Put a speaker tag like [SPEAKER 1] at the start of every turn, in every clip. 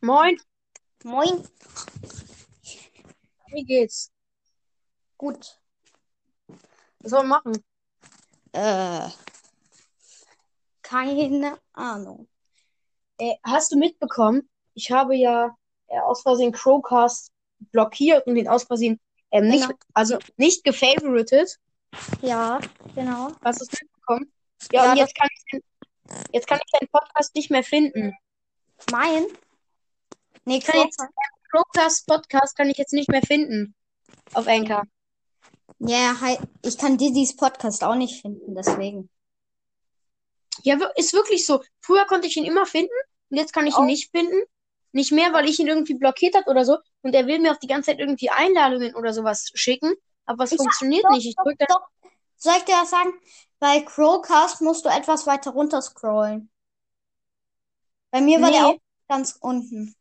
[SPEAKER 1] Moin,
[SPEAKER 2] Moin.
[SPEAKER 1] wie geht's?
[SPEAKER 2] Gut.
[SPEAKER 1] Was soll man machen?
[SPEAKER 2] Äh. Keine Ahnung.
[SPEAKER 1] Äh, hast du mitbekommen? Ich habe ja äh, aus Versehen Crowcast blockiert und den aus Versehen ähm, nicht,
[SPEAKER 2] Genau.
[SPEAKER 1] also nicht gefavoritet.
[SPEAKER 2] Ja, genau.
[SPEAKER 1] Hast du es mitbekommen? Ja,
[SPEAKER 2] Ja,
[SPEAKER 1] und
[SPEAKER 2] das-
[SPEAKER 1] jetzt kann, ich, den- jetzt kann ich deinen Podcast nicht mehr finden.
[SPEAKER 2] Mein? Nee,
[SPEAKER 1] kann jetzt- Crowcast Podcast kann ich jetzt nicht mehr finden. Auf Anchor.
[SPEAKER 2] Ja, halt, ich kann Dizzy's Podcast auch nicht finden, deswegen.
[SPEAKER 1] Ja, wir- ist wirklich so. Früher konnte ich ihn immer finden und jetzt kann ich ihn
[SPEAKER 2] Oh.
[SPEAKER 1] nicht finden. Nicht mehr, weil ich ihn irgendwie blockiert habe oder so. Und er will mir auch die ganze Zeit irgendwie Einladungen oder sowas schicken. Aber es
[SPEAKER 2] Ich sag,
[SPEAKER 1] funktioniert
[SPEAKER 2] stopp,
[SPEAKER 1] nicht. Ich drücke dann.
[SPEAKER 2] Stopp. Soll ich dir was sagen? Bei Crowcast musst du etwas weiter runter scrollen. Bei mir war
[SPEAKER 1] Nee.
[SPEAKER 2] der auch ganz unten.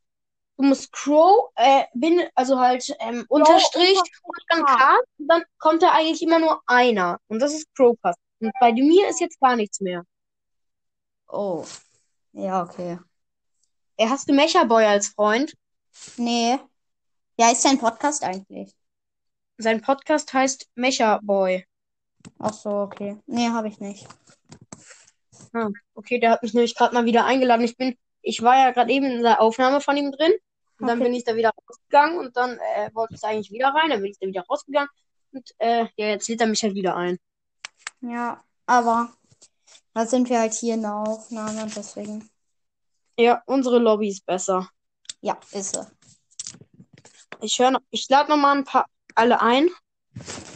[SPEAKER 1] Du musst Crow, äh, bin, also halt ähm, Unterstrich, und dann
[SPEAKER 2] K.
[SPEAKER 1] K, und dann kommt da eigentlich immer nur einer. Und das ist Crowcast. Und bei mir ist jetzt gar nichts mehr.
[SPEAKER 2] Oh. Ja, okay.
[SPEAKER 1] Er hast du Mecherboy als Freund.
[SPEAKER 2] Nee. Ja, ist dein Podcast eigentlich?
[SPEAKER 1] Sein Podcast heißt Mecherboy.
[SPEAKER 2] Ach so, okay. Nee, habe ich nicht.
[SPEAKER 1] Okay, der hat mich nämlich gerade mal wieder eingeladen. Ich bin, ich war ja gerade eben in der Aufnahme von ihm drin und dann
[SPEAKER 2] Okay.
[SPEAKER 1] bin ich da wieder rausgegangen und dann äh, wollte ich da eigentlich wieder rein, dann bin ich da wieder rausgegangen und äh, ja, jetzt lädt er mich halt wieder ein.
[SPEAKER 2] Ja, aber da sind wir halt hier in der Aufnahme und deswegen.
[SPEAKER 1] Ja, unsere Lobby ist besser.
[SPEAKER 2] Ja, ist so.
[SPEAKER 1] Ich höre noch, ich lade noch mal ein paar alle ein.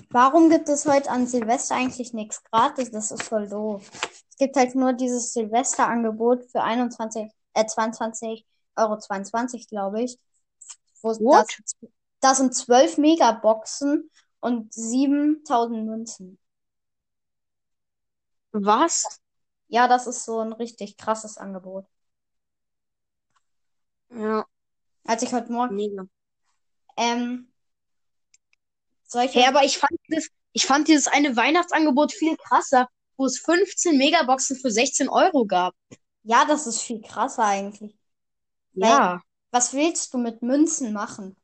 [SPEAKER 2] Warum gibt es heute an Silvester eigentlich nichts gratis? Das ist voll doof. Es gibt halt nur dieses Silvesterangebot für 21, äh, 22,22 Euro, glaube ich. Wo
[SPEAKER 1] What?
[SPEAKER 2] Das, das sind 12 Megaboxen und 7000 Münzen.
[SPEAKER 1] Was?
[SPEAKER 2] Ja, das ist so ein richtig krasses Angebot.
[SPEAKER 1] Ja,
[SPEAKER 2] Als ich heute Morgen,
[SPEAKER 1] mega.
[SPEAKER 2] ähm, solche.
[SPEAKER 1] Hey, aber ich fand das, ich fand dieses eine Weihnachtsangebot viel krasser, wo es 15 Megaboxen für 16 Euro gab.
[SPEAKER 2] Ja, das ist viel krasser eigentlich.
[SPEAKER 1] Ja.
[SPEAKER 2] Was willst du mit Münzen machen?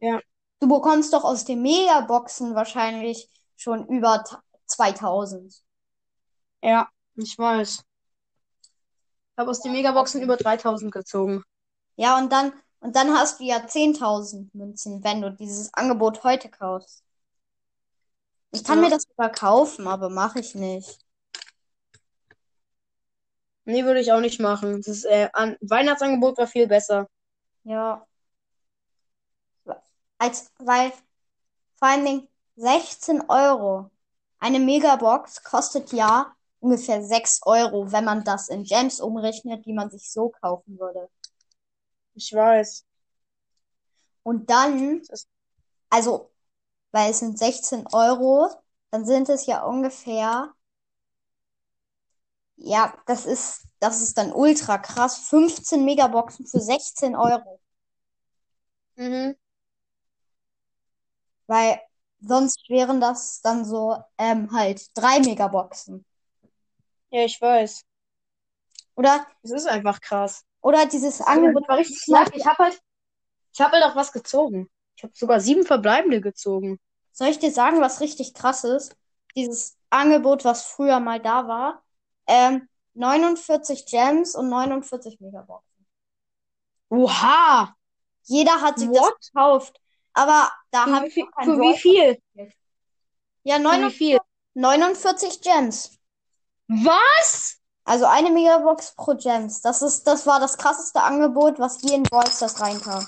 [SPEAKER 1] Ja.
[SPEAKER 2] Du bekommst doch aus den Megaboxen wahrscheinlich schon über ta- 2000.
[SPEAKER 1] Ja, ich weiß. Ich habe aus den Megaboxen über 3000 gezogen.
[SPEAKER 2] Ja, und dann, und dann hast du ja 10.000 Münzen, wenn du dieses Angebot heute kaufst. Ich kann
[SPEAKER 1] Ja.
[SPEAKER 2] mir das sogar kaufen, aber mache ich nicht.
[SPEAKER 1] Nee, würde ich auch nicht machen. Das ist, äh, an Weihnachtsangebot war viel besser.
[SPEAKER 2] Ja. Als, weil vor allen Dingen 16 Euro. Eine Megabox kostet ja ungefähr 6 Euro, wenn man das in Gems umrechnet, die man sich so kaufen würde.
[SPEAKER 1] Ich weiß.
[SPEAKER 2] Und dann,
[SPEAKER 1] Das-
[SPEAKER 2] also, weil es sind 16 Euro, dann sind es ja ungefähr, ja, das ist, das ist dann ultra krass. 15 Megaboxen für 16 Euro.
[SPEAKER 1] Mhm.
[SPEAKER 2] Weil sonst wären das dann so, ähm, halt 3 Megaboxen.
[SPEAKER 1] Ja, ich weiß.
[SPEAKER 2] Oder,
[SPEAKER 1] Es ist einfach krass.
[SPEAKER 2] oder dieses Angebot
[SPEAKER 1] war
[SPEAKER 2] richtig
[SPEAKER 1] knapp. Ich habe halt, ich habe halt auch was gezogen. Ich habe sogar sieben Verbleibende gezogen.
[SPEAKER 2] Soll ich dir sagen, was richtig krass ist? Dieses Angebot, was früher mal da war. Ähm, 49 Gems und 49 Megaboxen.
[SPEAKER 1] Oha!
[SPEAKER 2] Jeder hat sich das
[SPEAKER 1] What?
[SPEAKER 2] gekauft. Aber da
[SPEAKER 1] Für
[SPEAKER 2] habe
[SPEAKER 1] wie
[SPEAKER 2] ich
[SPEAKER 1] viel?
[SPEAKER 2] noch kein
[SPEAKER 1] Für
[SPEAKER 2] Brawl-
[SPEAKER 1] wie viel?
[SPEAKER 2] Ja,
[SPEAKER 1] Für
[SPEAKER 2] 9
[SPEAKER 1] wie viel?
[SPEAKER 2] 49 Gems.
[SPEAKER 1] Was?
[SPEAKER 2] Also eine Megabox pro Gems. Das ist, das war das krasseste Angebot, was je in Ballstars reinkam.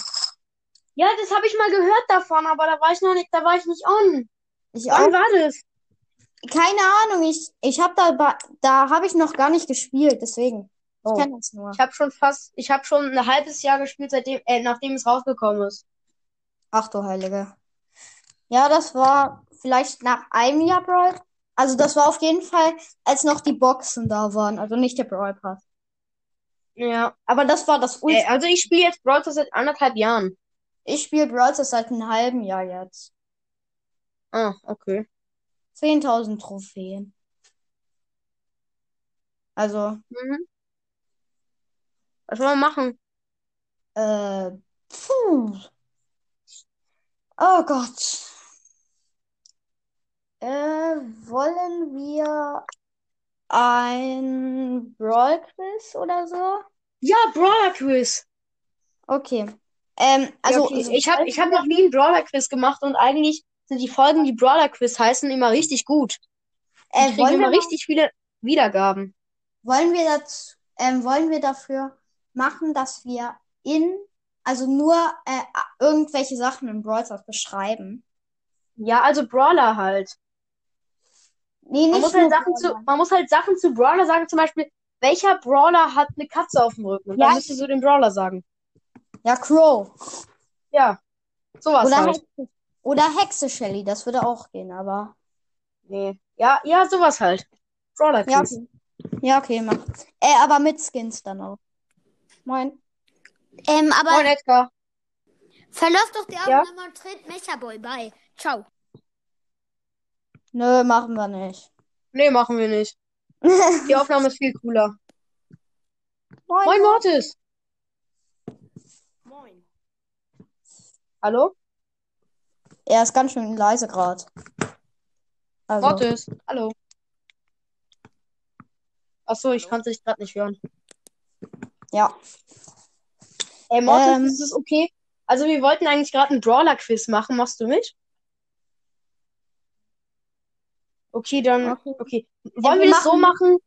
[SPEAKER 1] Ja, das habe ich mal gehört davon, aber da war ich noch nicht, da war ich nicht on.
[SPEAKER 2] Ich auch,
[SPEAKER 1] Wann war das?
[SPEAKER 2] keine Ahnung, ich, ich habe da, ba- da habe ich noch gar nicht gespielt, deswegen. Ich
[SPEAKER 1] Oh.
[SPEAKER 2] kenne das nur.
[SPEAKER 1] Ich habe schon fast, ich habe schon ein halbes Jahr gespielt, seitdem, äh, nachdem es rausgekommen ist.
[SPEAKER 2] Ach du Heilige. Ja, das war vielleicht nach einem Jahr Brawl. Also das war auf jeden Fall, als noch die Boxen da waren, also nicht der Brawl Pass.
[SPEAKER 1] Ja.
[SPEAKER 2] Aber das war das
[SPEAKER 1] Äh,
[SPEAKER 2] Ultra.
[SPEAKER 1] also ich spiele jetzt Brawl Stars seit anderthalb Jahren.
[SPEAKER 2] Ich spiele Brawl Stars seit einem halben Jahr jetzt.
[SPEAKER 1] Ah, okay.
[SPEAKER 2] 10.000 Trophäen. Also,
[SPEAKER 1] Mhm. Was wollen wir machen?
[SPEAKER 2] Äh, puh. Oh Gott. Äh, wollen wir ein Brawl-Quiz oder so?
[SPEAKER 1] Ja, Brawler Quiz.
[SPEAKER 2] Okay. Ähm,
[SPEAKER 1] Ja,
[SPEAKER 2] also,
[SPEAKER 1] okay. Ich habe ich hab noch nie ein Brawler Quiz gemacht und eigentlich sind die Folgen, die Brawler Quiz heißen, immer richtig gut. Die
[SPEAKER 2] äh,
[SPEAKER 1] kriegen
[SPEAKER 2] wollen wir
[SPEAKER 1] immer richtig viele Wiedergaben.
[SPEAKER 2] Wollen wir dazu, ähm, wollen wir dafür machen, dass wir in, also nur äh, irgendwelche Sachen in Brawl Stars beschreiben?
[SPEAKER 1] Ja, also Brawler halt.
[SPEAKER 2] Nee,
[SPEAKER 1] Man
[SPEAKER 2] nicht
[SPEAKER 1] muss halt
[SPEAKER 2] nur
[SPEAKER 1] Sachen
[SPEAKER 2] Brawler.
[SPEAKER 1] zu, man muss halt Sachen zu Brawler sagen, zum Beispiel, welcher Brawler hat eine Katze auf dem Rücken? Und
[SPEAKER 2] Ja.
[SPEAKER 1] dann müsst ihr so den Brawler sagen.
[SPEAKER 2] Ja, Crow.
[SPEAKER 1] Ja, sowas
[SPEAKER 2] Oder,
[SPEAKER 1] halt.
[SPEAKER 2] Hexe, oder Hexe Shelly, das würde auch gehen, aber.
[SPEAKER 1] Nee. Ja, ja, sowas halt. Brawler
[SPEAKER 2] Ja,
[SPEAKER 1] Quiz.
[SPEAKER 2] okay. Ja, okay, mach. Äh, aber mit Skins dann auch. Moin.
[SPEAKER 3] Ähm, aber
[SPEAKER 1] Moin, Edgar.
[SPEAKER 3] verlass doch die
[SPEAKER 1] Ja?
[SPEAKER 3] Aufnahme und tritt Mechaboy bei. Ciao.
[SPEAKER 2] Nö, machen wir nicht.
[SPEAKER 1] Nee, machen wir nicht. Die Aufnahme ist viel cooler.
[SPEAKER 2] Moin.
[SPEAKER 1] Moin, Mortis. Moin. Hallo?
[SPEAKER 2] Er ist ganz schön leise gerade. Also.
[SPEAKER 1] Mortis. Hallo. Achso, ich konnte dich gerade nicht hören.
[SPEAKER 2] Ja.
[SPEAKER 1] Ey, Mortis,
[SPEAKER 2] Ähm.
[SPEAKER 1] ist es okay? Also, wir wollten eigentlich gerade ein Brawler-Quiz machen. Machst du mit? Okay, dann.
[SPEAKER 2] Okay.
[SPEAKER 1] Okay. Wollen wir
[SPEAKER 2] wir
[SPEAKER 1] das so machen?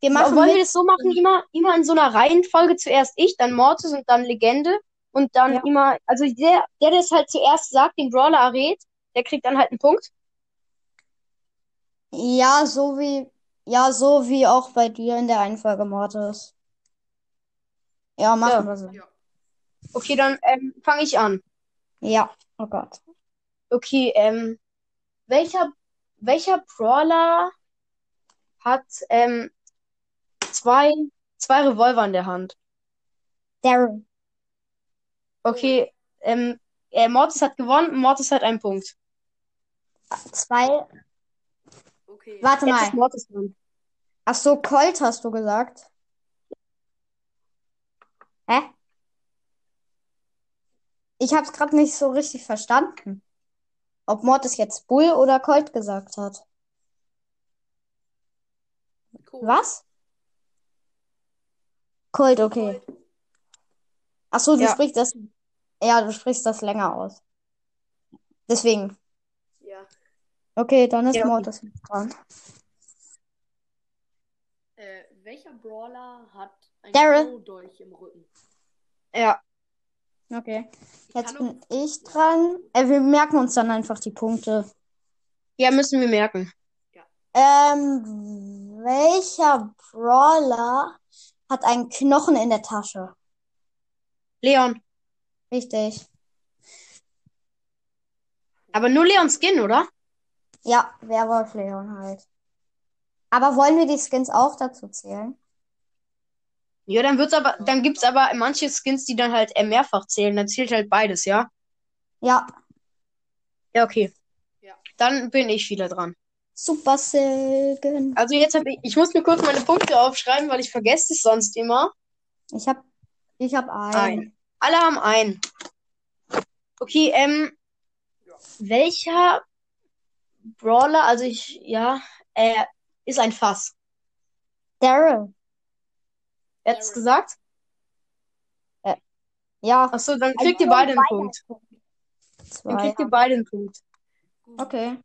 [SPEAKER 2] Wir machen
[SPEAKER 1] wollen
[SPEAKER 2] mit.
[SPEAKER 1] wir das so machen? Immer, immer in so einer Reihenfolge zuerst ich, dann Mortis und dann Legende. Und dann
[SPEAKER 2] Ja.
[SPEAKER 1] immer. Also, der, der das halt zuerst sagt, den Brawler errät, der kriegt dann halt einen Punkt.
[SPEAKER 2] Ja, so wie, ja, so wie auch bei dir in der Reihenfolge, Mortis. Ja, machen wir so.
[SPEAKER 1] Okay, dann ähm, fange ich an.
[SPEAKER 2] Ja, oh Gott.
[SPEAKER 1] Okay, ähm, welcher, welcher Brawler hat ähm, zwei, zwei Revolver in der Hand?
[SPEAKER 2] Daryl.
[SPEAKER 1] Okay, ähm, äh, Mortis hat gewonnen, Mortis hat einen Punkt.
[SPEAKER 2] Zwei.
[SPEAKER 4] Okay.
[SPEAKER 2] Warte
[SPEAKER 1] Jetzt ist
[SPEAKER 2] mal.
[SPEAKER 1] Mortis dran.
[SPEAKER 2] Ach so, Colt hast du gesagt. Hä? Ich hab's gerade nicht so richtig verstanden. Ob Mortis jetzt Bull oder Colt gesagt hat.
[SPEAKER 4] Cool.
[SPEAKER 2] Was? Colt, okay. Ach so, du
[SPEAKER 1] Ja.
[SPEAKER 2] sprichst das, ja, du sprichst das länger aus. Deswegen.
[SPEAKER 4] Ja.
[SPEAKER 2] Okay, dann ist
[SPEAKER 1] Ja, okay.
[SPEAKER 2] Mortis dran.
[SPEAKER 4] Äh, welcher Brawler hat ein
[SPEAKER 2] Daryl.
[SPEAKER 4] Klodolch im Rücken?
[SPEAKER 1] Ja,
[SPEAKER 2] Okay. Jetzt
[SPEAKER 4] Hallo?
[SPEAKER 2] bin ich dran. Äh, wir merken uns dann einfach die Punkte.
[SPEAKER 1] ja, müssen wir merken.
[SPEAKER 2] Ähm, welcher Brawler hat einen Knochen in der Tasche?
[SPEAKER 1] Leon.
[SPEAKER 2] Richtig.
[SPEAKER 1] Aber nur Leon Skin, oder?
[SPEAKER 2] Ja, Werwolf Leon halt. Aber wollen wir die Skins auch dazu zählen?
[SPEAKER 1] Ja, dann wird's aber, dann gibt's aber manche Skins, die dann halt äh, mehrfach zählen. Dann zählt halt beides, ja?
[SPEAKER 2] Ja,
[SPEAKER 1] Ja, okay.
[SPEAKER 4] Ja.
[SPEAKER 1] Dann bin ich wieder dran.
[SPEAKER 2] Super Silgen.
[SPEAKER 1] Also jetzt habe ich, ich muss mir kurz meine Punkte aufschreiben, weil ich vergesse es sonst immer.
[SPEAKER 2] Ich hab, ich hab einen.
[SPEAKER 1] Ein. Alle haben einen. Okay, ähm, welcher Brawler, also ich, ja, äh, ist ein Fass.
[SPEAKER 2] Daryl.
[SPEAKER 1] Er hat's gesagt?
[SPEAKER 2] Ja,
[SPEAKER 1] Achso, dann kriegt ihr beide einen Punkt. Dann
[SPEAKER 2] zwei.
[SPEAKER 1] kriegt ihr beide einen Punkt.
[SPEAKER 2] Okay.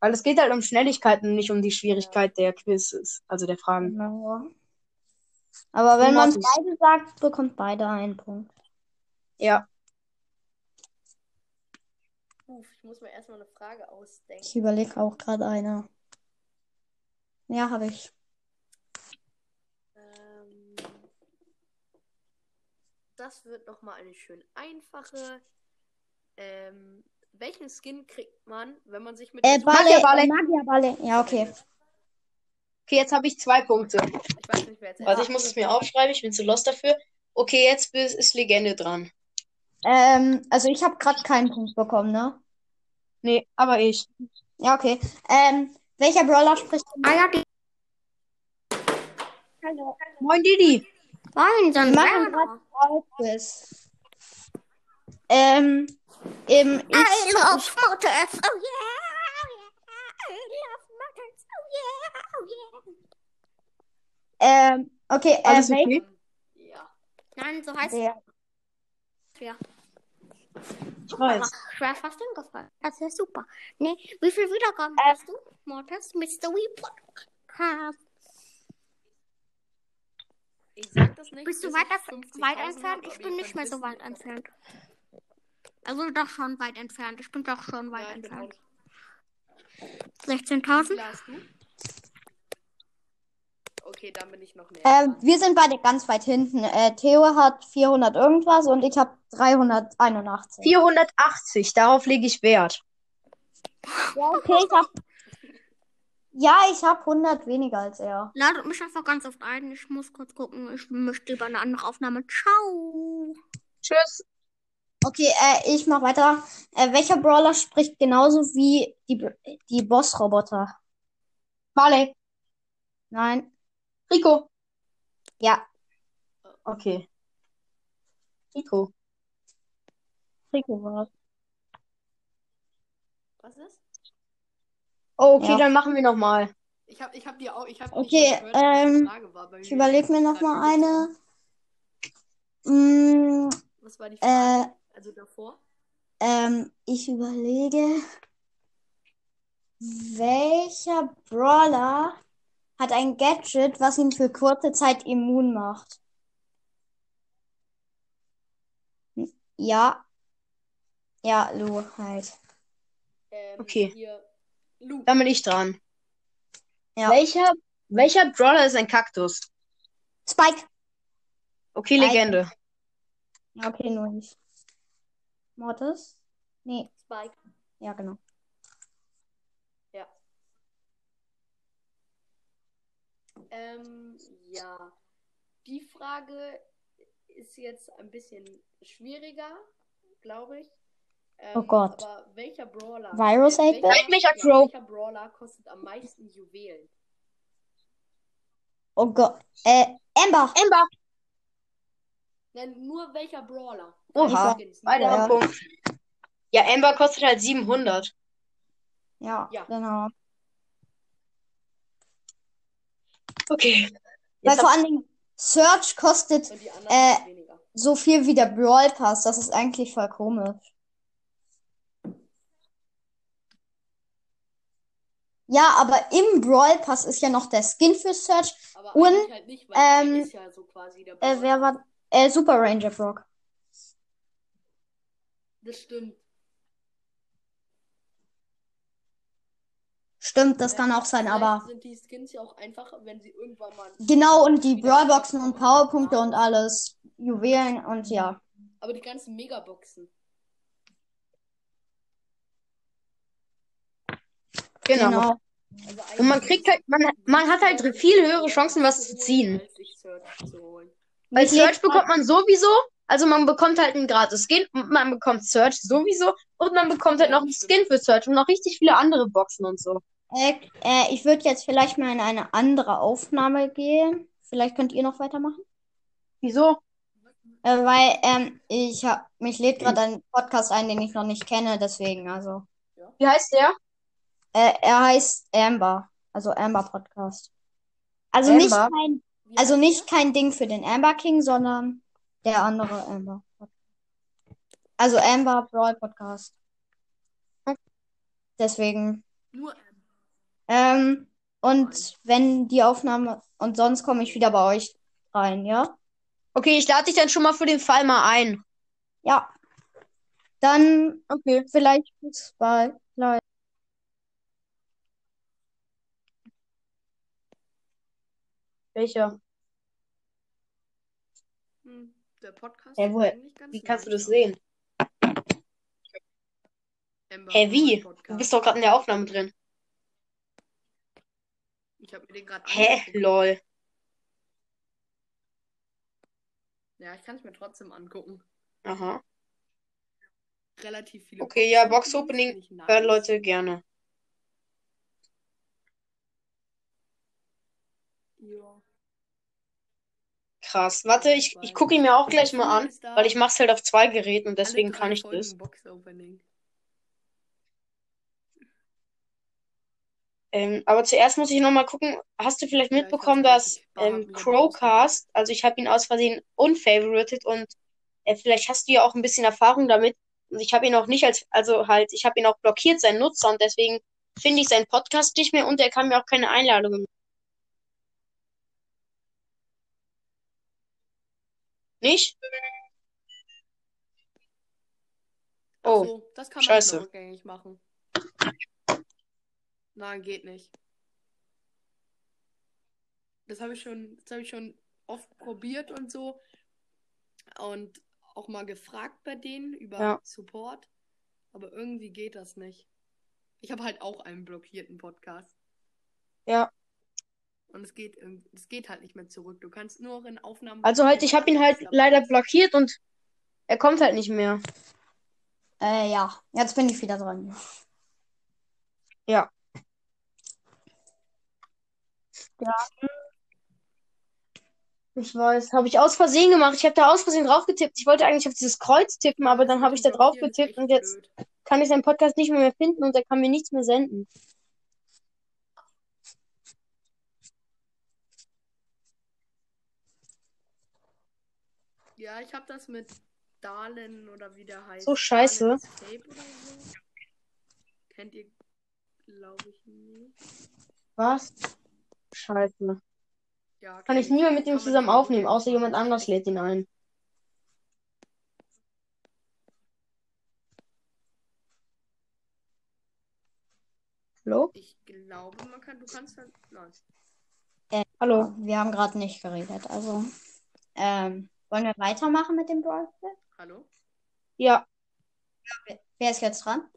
[SPEAKER 1] Weil es geht halt um Schnelligkeit und nicht um die Schwierigkeit der Quizzes, also der Fragen.
[SPEAKER 2] Genau. Aber wenn man
[SPEAKER 1] Mortis.
[SPEAKER 2] beide sagt, bekommt beide einen Punkt.
[SPEAKER 1] Ja.
[SPEAKER 4] Uff, ich muss mir erstmal eine Frage ausdenken.
[SPEAKER 2] Ich überlege auch gerade eine. Ja, habe ich.
[SPEAKER 4] Ähm, das wird nochmal eine schön einfache. Ähm, welchen Skin kriegt man, wenn man sich mit
[SPEAKER 2] Äh,
[SPEAKER 4] der Super-
[SPEAKER 1] Magierballe.
[SPEAKER 2] Bale, Magierballe. Ja, okay.
[SPEAKER 1] Okay, jetzt habe ich zwei Punkte.
[SPEAKER 4] Ich weiß nicht, wer jetzt
[SPEAKER 1] Warte, ich muss es mir aufschreiben, ich bin zu lost dafür. Okay, jetzt bis- ist Legende dran.
[SPEAKER 2] Ähm, also ich habe gerade keinen Punkt bekommen, ne?
[SPEAKER 1] Nee, aber ich.
[SPEAKER 2] Ja, okay. Ähm, welcher Brawler spricht?
[SPEAKER 1] Moin, Didi.
[SPEAKER 3] Nein, so
[SPEAKER 2] Wir machen
[SPEAKER 3] ein kleiner.
[SPEAKER 2] Brawl Quiz. Ähm, im,
[SPEAKER 3] I
[SPEAKER 2] ich,
[SPEAKER 3] love motors. Oh yeah. I love motors. Oh yeah. Oh yeah.
[SPEAKER 2] ähm, okay, äh,
[SPEAKER 1] Alles
[SPEAKER 2] wel-
[SPEAKER 1] okay?
[SPEAKER 4] Ja.
[SPEAKER 3] Nein, so heißt es
[SPEAKER 2] der-
[SPEAKER 3] ja.
[SPEAKER 1] Ich weiß.
[SPEAKER 3] Ich wäre fast hingefallen. Das ist super. Nee, wie viel Wiedergaben
[SPEAKER 2] Äh.
[SPEAKER 3] hast du? Mortis, Mr. Wee Podcast.
[SPEAKER 4] Ich sag das nicht.
[SPEAKER 3] Bist du
[SPEAKER 4] bis
[SPEAKER 3] weit,
[SPEAKER 4] ich
[SPEAKER 3] erf-
[SPEAKER 4] 50.000
[SPEAKER 3] weit
[SPEAKER 4] hab,
[SPEAKER 3] entfernt?
[SPEAKER 4] aber
[SPEAKER 3] Ich
[SPEAKER 4] ihr
[SPEAKER 3] bin nicht
[SPEAKER 4] könnt
[SPEAKER 3] mehr so
[SPEAKER 4] wissen,
[SPEAKER 3] weit
[SPEAKER 4] wie das-
[SPEAKER 3] entfernt. Also doch schon weit entfernt. Ich bin doch schon weit
[SPEAKER 4] Ja, ich bin
[SPEAKER 3] entfernt. Hm?
[SPEAKER 4] auch- Wie
[SPEAKER 3] 16.000?
[SPEAKER 4] viel hast du? Okay, dann bin ich noch näher.
[SPEAKER 2] ähm, wir sind beide ganz weit hinten. Äh, Theo hat 400 irgendwas und ich habe 381.
[SPEAKER 1] 480, darauf lege ich Wert.
[SPEAKER 2] Ja, okay, ich hab, ja, ich habe 100 weniger als er.
[SPEAKER 3] Ladet mich einfach ganz oft ein. Ich muss kurz gucken. Ich möchte über eine andere Aufnahme. Ciao.
[SPEAKER 1] Tschüss.
[SPEAKER 2] Okay, äh, ich mach weiter. Äh, welcher Brawler spricht genauso wie die, B- die Boss-Roboter?
[SPEAKER 1] Marley,
[SPEAKER 2] Nein.
[SPEAKER 1] Rico.
[SPEAKER 2] Ja,
[SPEAKER 1] Okay. Rico.
[SPEAKER 2] Rico war
[SPEAKER 4] Was ist?
[SPEAKER 1] Oh, okay,
[SPEAKER 2] Ja.
[SPEAKER 1] dann machen wir nochmal.
[SPEAKER 4] Ich hab, ich hab dir auch. Ich hab
[SPEAKER 2] Okay,
[SPEAKER 4] nicht gehört, was die
[SPEAKER 2] ähm,
[SPEAKER 4] Frage war bei
[SPEAKER 2] Ich
[SPEAKER 4] mir.
[SPEAKER 2] überlege mir noch
[SPEAKER 4] Gerade
[SPEAKER 2] mal
[SPEAKER 4] übelst.
[SPEAKER 2] eine. Mm,
[SPEAKER 4] Was war die Frage?
[SPEAKER 2] äh,
[SPEAKER 4] Also davor?
[SPEAKER 2] ähm, ich überlege, welcher Brawler hat ein Gadget, was ihn für kurze Zeit immun macht? Hm, Ja. Ja, Lu halt.
[SPEAKER 4] Ähm,
[SPEAKER 1] Okay.
[SPEAKER 4] Hier, Luke.
[SPEAKER 1] Dann bin ich dran.
[SPEAKER 2] Ja.
[SPEAKER 1] Welcher, welcher Brawler ist ein Kaktus?
[SPEAKER 2] Spike.
[SPEAKER 1] Okay,
[SPEAKER 2] Spike.
[SPEAKER 1] Legende.
[SPEAKER 2] Okay, nur nicht. Mortis? Nee,
[SPEAKER 4] Spike.
[SPEAKER 2] ja, genau.
[SPEAKER 4] Ähm, ja. Die Frage ist jetzt ein bisschen schwieriger, glaube ich. Ähm,
[SPEAKER 2] Oh Gott.
[SPEAKER 4] Aber welcher Brawler?
[SPEAKER 2] Virus
[SPEAKER 4] äh,
[SPEAKER 2] Ape?
[SPEAKER 1] Zeig mich
[SPEAKER 4] welcher,
[SPEAKER 1] an Crow.
[SPEAKER 4] welcher Brawler kostet am meisten Juwelen?
[SPEAKER 2] Oh Gott. Äh, Amber.
[SPEAKER 1] Ember.
[SPEAKER 4] Nein, nur welcher Brawler?
[SPEAKER 1] Oha.
[SPEAKER 4] Skins, nur
[SPEAKER 1] Beide
[SPEAKER 2] Ja.
[SPEAKER 1] haben Punkt. Ja, Ember kostet halt 700.
[SPEAKER 2] Ja,
[SPEAKER 4] Ja.
[SPEAKER 2] genau.
[SPEAKER 1] Okay.
[SPEAKER 2] Weil
[SPEAKER 1] Jetzt
[SPEAKER 2] vor allen Dingen Search kostet
[SPEAKER 4] Und die anderen
[SPEAKER 2] Äh,
[SPEAKER 4] sind weniger.
[SPEAKER 2] so viel wie der Brawl Pass. Das ist eigentlich voll komisch. Ja, aber im Brawl Pass ist ja noch der Skin für Search.
[SPEAKER 4] Aber
[SPEAKER 2] und,
[SPEAKER 4] eigentlich halt nicht, weil
[SPEAKER 2] ähm,
[SPEAKER 4] er ist ja so quasi der
[SPEAKER 2] Äh,
[SPEAKER 4] Brawler.
[SPEAKER 2] wer war? Äh, Super Ranger Brock.
[SPEAKER 4] Das stimmt.
[SPEAKER 2] Stimmt, das kann auch sein,
[SPEAKER 4] Vielleicht
[SPEAKER 2] aber
[SPEAKER 4] sind die Skins ja auch einfach, wenn sie irgendwann mal.
[SPEAKER 2] genau und die Brawlboxen und Powerpunkte und alles, Juwelen und ja.
[SPEAKER 4] Aber die ganzen Megaboxen.
[SPEAKER 1] Genau.
[SPEAKER 2] Genau.
[SPEAKER 4] Also eigentlich
[SPEAKER 1] Und man
[SPEAKER 4] ist
[SPEAKER 1] kriegt
[SPEAKER 4] es-
[SPEAKER 1] halt, man, man hat halt viel höhere Chancen, was zu ziehen.
[SPEAKER 4] Als sich Search zu holen.
[SPEAKER 1] Bei
[SPEAKER 2] Mit
[SPEAKER 1] Search
[SPEAKER 2] jedem-
[SPEAKER 1] bekommt man sowieso, also man bekommt halt einen gratis Skin und man bekommt Search sowieso und man bekommt halt noch einen Skin für Search und noch richtig viele andere Boxen und so.
[SPEAKER 2] Äh, äh, ich würde jetzt vielleicht mal in eine andere Aufnahme gehen. Vielleicht könnt ihr noch weitermachen.
[SPEAKER 1] Wieso?
[SPEAKER 2] Äh, weil ähm, ich hab, mich lädt gerade ein Podcast ein, den ich noch nicht kenne, deswegen, also.
[SPEAKER 1] Wie heißt der?
[SPEAKER 2] Äh, er heißt Amber, also Amber Podcast. Also nicht
[SPEAKER 1] Amber?
[SPEAKER 2] kein,
[SPEAKER 4] Wie
[SPEAKER 2] also
[SPEAKER 4] heißt
[SPEAKER 2] nicht kein Ding für den Amber King, sondern der andere Amber Podcast. Also Amber Brawl Podcast. Deswegen.
[SPEAKER 4] der? Nur
[SPEAKER 2] Ähm, und wenn die Aufnahme, und sonst komme ich wieder bei euch rein, ja?
[SPEAKER 1] Okay, ich lade dich dann schon mal für den Fall mal ein.
[SPEAKER 2] Ja. Dann
[SPEAKER 1] Okay.
[SPEAKER 2] vielleicht bis bald.
[SPEAKER 1] Welcher?
[SPEAKER 4] hm, der Podcast.
[SPEAKER 1] Hä,
[SPEAKER 4] ist
[SPEAKER 1] woher-
[SPEAKER 4] eigentlich ganz
[SPEAKER 1] Wie kannst du
[SPEAKER 4] nice,
[SPEAKER 1] das sehen?
[SPEAKER 4] aber Amber
[SPEAKER 1] Hä, wie?
[SPEAKER 4] Brawl
[SPEAKER 1] Du
[SPEAKER 4] Podcast.
[SPEAKER 1] bist doch gerade in der Aufnahme drin.
[SPEAKER 4] Ich habe mir den gerade
[SPEAKER 1] Hä?
[SPEAKER 4] angeguckt.
[SPEAKER 1] Lol.
[SPEAKER 4] Ja, ich kann es mir trotzdem angucken.
[SPEAKER 1] Aha.
[SPEAKER 4] Relativ viele.
[SPEAKER 1] Okay, ja,
[SPEAKER 4] Box
[SPEAKER 1] Box-Opening,
[SPEAKER 4] Nice.
[SPEAKER 1] Hören Leute gerne.
[SPEAKER 4] Ja.
[SPEAKER 1] krass. Warte, ich, ich gucke ihn mir auch gleich mal an, weil ich mach's halt auf zwei Geräten und deswegen kann ich das.
[SPEAKER 4] Box Opening.
[SPEAKER 1] Ähm, aber zuerst muss ich nochmal gucken, hast du vielleicht
[SPEAKER 4] Ja, ich
[SPEAKER 1] mitbekommen,
[SPEAKER 4] weiß
[SPEAKER 1] dass
[SPEAKER 4] nicht, ich
[SPEAKER 1] ähm,
[SPEAKER 4] war mir
[SPEAKER 1] Crowcast, also ich habe ihn aus Versehen unfavorited und äh, vielleicht hast du ja auch ein bisschen Erfahrung damit. Und ich habe ihn auch nicht als, also halt, ich habe ihn auch blockiert, seinen Nutzer, und deswegen finde ich seinen Podcast nicht mehr und er kann mir auch keine Einladungen. Nicht?
[SPEAKER 4] Ach
[SPEAKER 1] Oh,
[SPEAKER 4] so, Also, das kann man
[SPEAKER 1] scheiße.
[SPEAKER 4] nicht noch rückgängig machen. Nein, geht nicht. Das habe ich schon, das habe ich schon oft probiert und so. Und auch mal gefragt bei denen über
[SPEAKER 1] Ja.
[SPEAKER 4] Support. Aber irgendwie geht das nicht. Ich habe halt auch einen blockierten Podcast.
[SPEAKER 1] Ja.
[SPEAKER 4] Und es geht, irgend- es geht halt nicht mehr zurück. Du kannst nur noch in Aufnahmen.
[SPEAKER 1] Also halt, ich habe ihn halt leider blockiert und er kommt halt nicht mehr.
[SPEAKER 2] Äh, ja, jetzt bin ich wieder dran.
[SPEAKER 1] Ich weiß, habe ich aus Versehen gemacht. Ich habe da aus Versehen drauf getippt. Ich wollte eigentlich auf dieses Kreuz tippen, aber dann habe ich da drauf
[SPEAKER 4] Blockieren ist
[SPEAKER 1] getippt
[SPEAKER 4] echt
[SPEAKER 1] und jetzt
[SPEAKER 4] blöd.
[SPEAKER 1] kann ich seinen Podcast nicht mehr, mehr finden und er kann mir nichts mehr senden.
[SPEAKER 4] Ja, ich habe das mit Dalen oder wie der heißt.
[SPEAKER 1] So scheiße.
[SPEAKER 4] Dalen Escape oder so. Kennt ihr, glaube ich, nie.
[SPEAKER 1] Was? Scheiße.
[SPEAKER 4] Ja,
[SPEAKER 1] Kann ich nie mehr mit ihm zusammen aufnehmen, außer jemand
[SPEAKER 4] anderem.
[SPEAKER 1] anders lädt ihn ein. Hallo?
[SPEAKER 4] Ich glaube, man kann, du kannst halt. Nein.
[SPEAKER 1] Hallo?
[SPEAKER 2] Wir haben gerade nicht geredet, also. Ähm, wollen wir weitermachen mit dem Brawl? Quiz?
[SPEAKER 4] Hallo?
[SPEAKER 1] Ja,
[SPEAKER 2] Wer ist jetzt dran?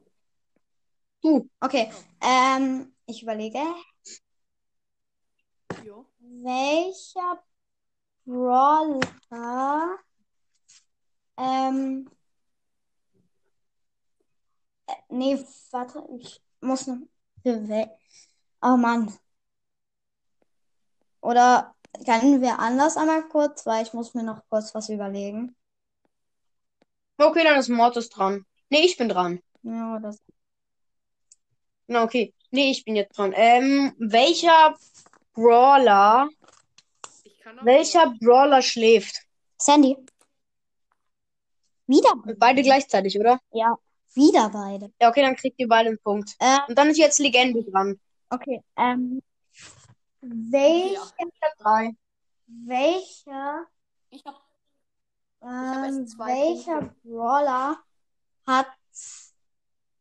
[SPEAKER 1] du.
[SPEAKER 2] Okay, ähm, ich überlege,
[SPEAKER 4] Jo.
[SPEAKER 2] welcher Brawler, ähm, äh, nee, warte, ich muss noch, für wel- oh Mann. Oder können wir anders einmal kurz, weil ich muss mir noch kurz was überlegen.
[SPEAKER 1] Okay, dann ist Mortis dran. Nee, ich bin dran.
[SPEAKER 2] Ja, das,
[SPEAKER 1] Na, okay. Nee, ich bin jetzt dran. Ähm, welcher Brawler,
[SPEAKER 4] Ich kann auch.
[SPEAKER 1] welcher Brawler schläft?
[SPEAKER 2] Sandy. Wieder,
[SPEAKER 1] Beide gleichzeitig, oder?
[SPEAKER 2] wieder beide.
[SPEAKER 1] Ja, okay, dann kriegt ihr beide einen Punkt.
[SPEAKER 2] Äh,
[SPEAKER 1] Und dann ist jetzt Legende dran.
[SPEAKER 2] okay, ähm, welcher
[SPEAKER 4] Ja.
[SPEAKER 1] Drei.
[SPEAKER 2] Welcher,
[SPEAKER 4] Ich hab, hab
[SPEAKER 2] ähm,
[SPEAKER 4] erst zwei
[SPEAKER 2] welcher
[SPEAKER 4] Punkte.
[SPEAKER 2] Brawler hat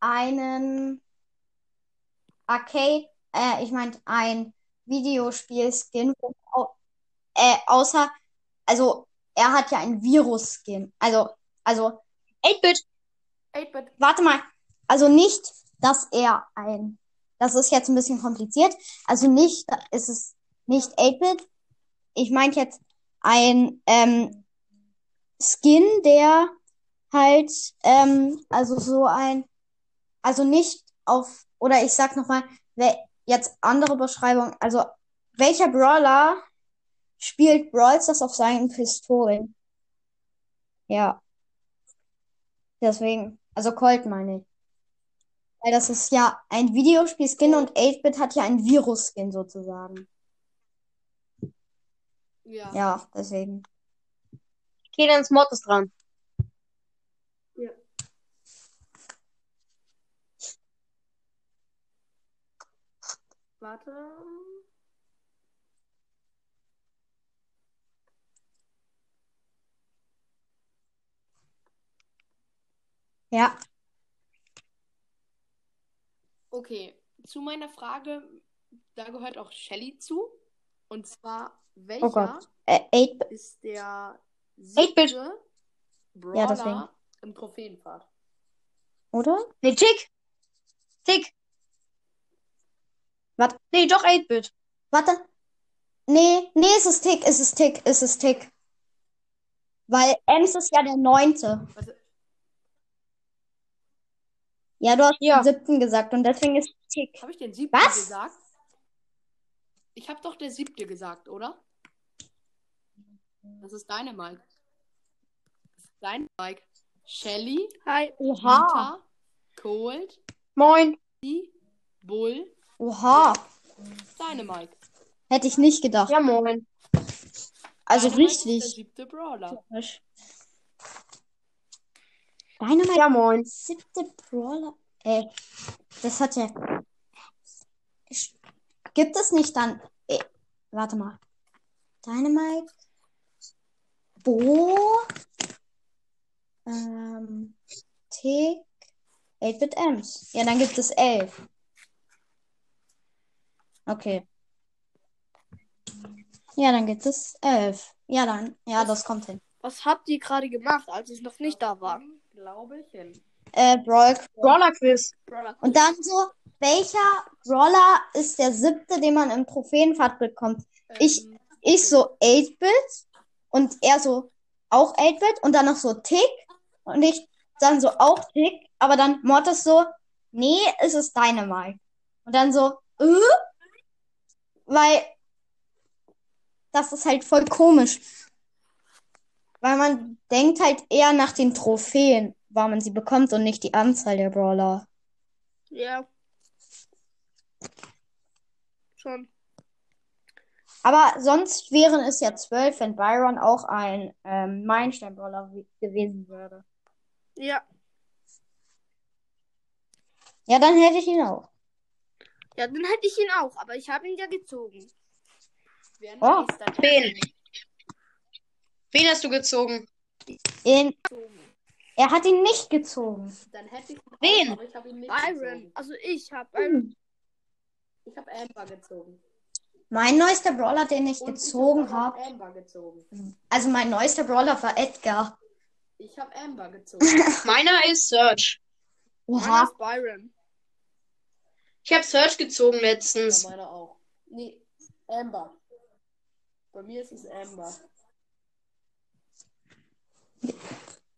[SPEAKER 2] einen Arcade, äh, ich meine ein Videospiel-Skin, wo au- äh, außer, also er hat ja ein Virus-Skin. Also, also,
[SPEAKER 1] 8-Bit.
[SPEAKER 4] 8-Bit.
[SPEAKER 2] warte mal, also nicht, dass er ein, das ist jetzt ein bisschen kompliziert, also nicht, es ist nicht 8-Bit, ich meinte jetzt ein ähm, Skin, der halt, ähm, also so ein, also nicht auf, oder ich sag nochmal, jetzt andere Beschreibung, also welcher Brawler spielt Brawl Stars auf seinen Pistolen? Ja. Deswegen, also Colt meine ich. Weil das ist ja ein Videospiel-Skin und 8-Bit hat ja ein Virus-Skin sozusagen.
[SPEAKER 4] Ja.
[SPEAKER 2] Ja, deswegen.
[SPEAKER 1] Okay, dann ist Mortis dran.
[SPEAKER 4] Warte.
[SPEAKER 2] Ja,
[SPEAKER 4] Okay. Zu meiner Frage, da gehört auch Shelly zu. Und zwar, welcher.
[SPEAKER 1] Oh Gott.
[SPEAKER 2] äh, 8-Bit.
[SPEAKER 4] ist der
[SPEAKER 1] Bit.
[SPEAKER 4] siebte Brawler
[SPEAKER 2] Ja, deswegen.
[SPEAKER 4] im Trophäenpfad.
[SPEAKER 2] Oder?
[SPEAKER 1] Nee, Tick. Tick.
[SPEAKER 2] Was?
[SPEAKER 1] Nee, doch 8-Bit.
[SPEAKER 2] Warte. Nee, nee, es ist Tick, es ist Tick, es ist Tick. Weil Ems ist ja der neunte.
[SPEAKER 4] Also,
[SPEAKER 2] Ja, du hast
[SPEAKER 1] Ja.
[SPEAKER 2] den siebten gesagt und deswegen ist Tick.
[SPEAKER 4] habe ich den siebten
[SPEAKER 2] Was?
[SPEAKER 4] gesagt? Ich habe doch der siebte gesagt, oder? Das ist deine Mike. Das ist deine Mike. Shelly,
[SPEAKER 1] Hi.
[SPEAKER 2] Oha.
[SPEAKER 4] Rita, Cold,
[SPEAKER 1] Moin.
[SPEAKER 4] die, Bull,
[SPEAKER 2] Oha.
[SPEAKER 4] deine Mike.
[SPEAKER 2] Hätte ich nicht gedacht.
[SPEAKER 1] Ja, moin.
[SPEAKER 2] also
[SPEAKER 4] Deine Mike Ist der
[SPEAKER 2] richtig.
[SPEAKER 4] siebte Brawler.
[SPEAKER 2] Dynamite
[SPEAKER 1] Ja, moin.
[SPEAKER 2] siebte Brawler. Ey, das hat ja. Sch- Gibt es nicht dann. Ey, warte mal. Dynamite. Bo. Ähm. Tick. 8-Bit Ms. Ja, dann gibt es 11. Okay. Ja, dann gibt es 11. Ja, dann. Ja, das kommt hin.
[SPEAKER 5] Was habt ihr gerade gemacht, als ich noch nicht da war?
[SPEAKER 4] Glaube ich hin.
[SPEAKER 2] Äh, Brawl
[SPEAKER 1] Brawler Quiz.
[SPEAKER 5] Brawler.
[SPEAKER 2] Und dann so, welcher Brawler ist der siebte, den man im Trophäenfahrt bekommt? Ich-
[SPEAKER 4] Ähm,
[SPEAKER 2] Ich so 8-Bit und er so auch 8-Bit und dann noch so Tick und ich dann so auch Tick, aber dann Mortis so, nee, es ist deine Mike. Und dann so, äh? Weil das ist halt voll komisch. Weil man denkt halt eher nach den Trophäen, wann man sie bekommt und nicht die Anzahl der Brawler.
[SPEAKER 5] Ja. Schon.
[SPEAKER 2] Aber sonst wären es ja zwölf, wenn Byron auch ein ähm, Meilenstein-Brawler w- gewesen wäre.
[SPEAKER 5] Ja.
[SPEAKER 2] Ja, dann hätte ich ihn auch.
[SPEAKER 5] Ja, dann hätte ich ihn auch, aber ich habe ihn ja gezogen.
[SPEAKER 4] wer
[SPEAKER 2] Oh.
[SPEAKER 4] nice, dann-
[SPEAKER 1] Wen? Wen hast du gezogen?
[SPEAKER 2] Ihn, er hat ihn nicht gezogen.
[SPEAKER 4] Dann hätte ich ihn
[SPEAKER 1] Wen?
[SPEAKER 4] auch, aber ich habe ihn nicht
[SPEAKER 5] Byron.
[SPEAKER 4] gezogen.
[SPEAKER 5] Also ich habe
[SPEAKER 4] Hm.
[SPEAKER 5] Byron.
[SPEAKER 4] Ich habe Amber gezogen.
[SPEAKER 2] Mein neuester Brawler, den ich
[SPEAKER 4] Und ich
[SPEAKER 2] gezogen
[SPEAKER 4] hab auch
[SPEAKER 2] habe,
[SPEAKER 4] Amber gezogen.
[SPEAKER 2] also mein neuester Brawler war Edgar.
[SPEAKER 4] Ich habe Amber gezogen.
[SPEAKER 1] Meiner ist Search.
[SPEAKER 5] Meiner
[SPEAKER 2] Oha,
[SPEAKER 5] ist Byron.
[SPEAKER 1] Ich habe Search gezogen
[SPEAKER 4] Ja,
[SPEAKER 1] letztens.
[SPEAKER 4] meiner auch. Nee, Amber. Bei mir ist es Amber.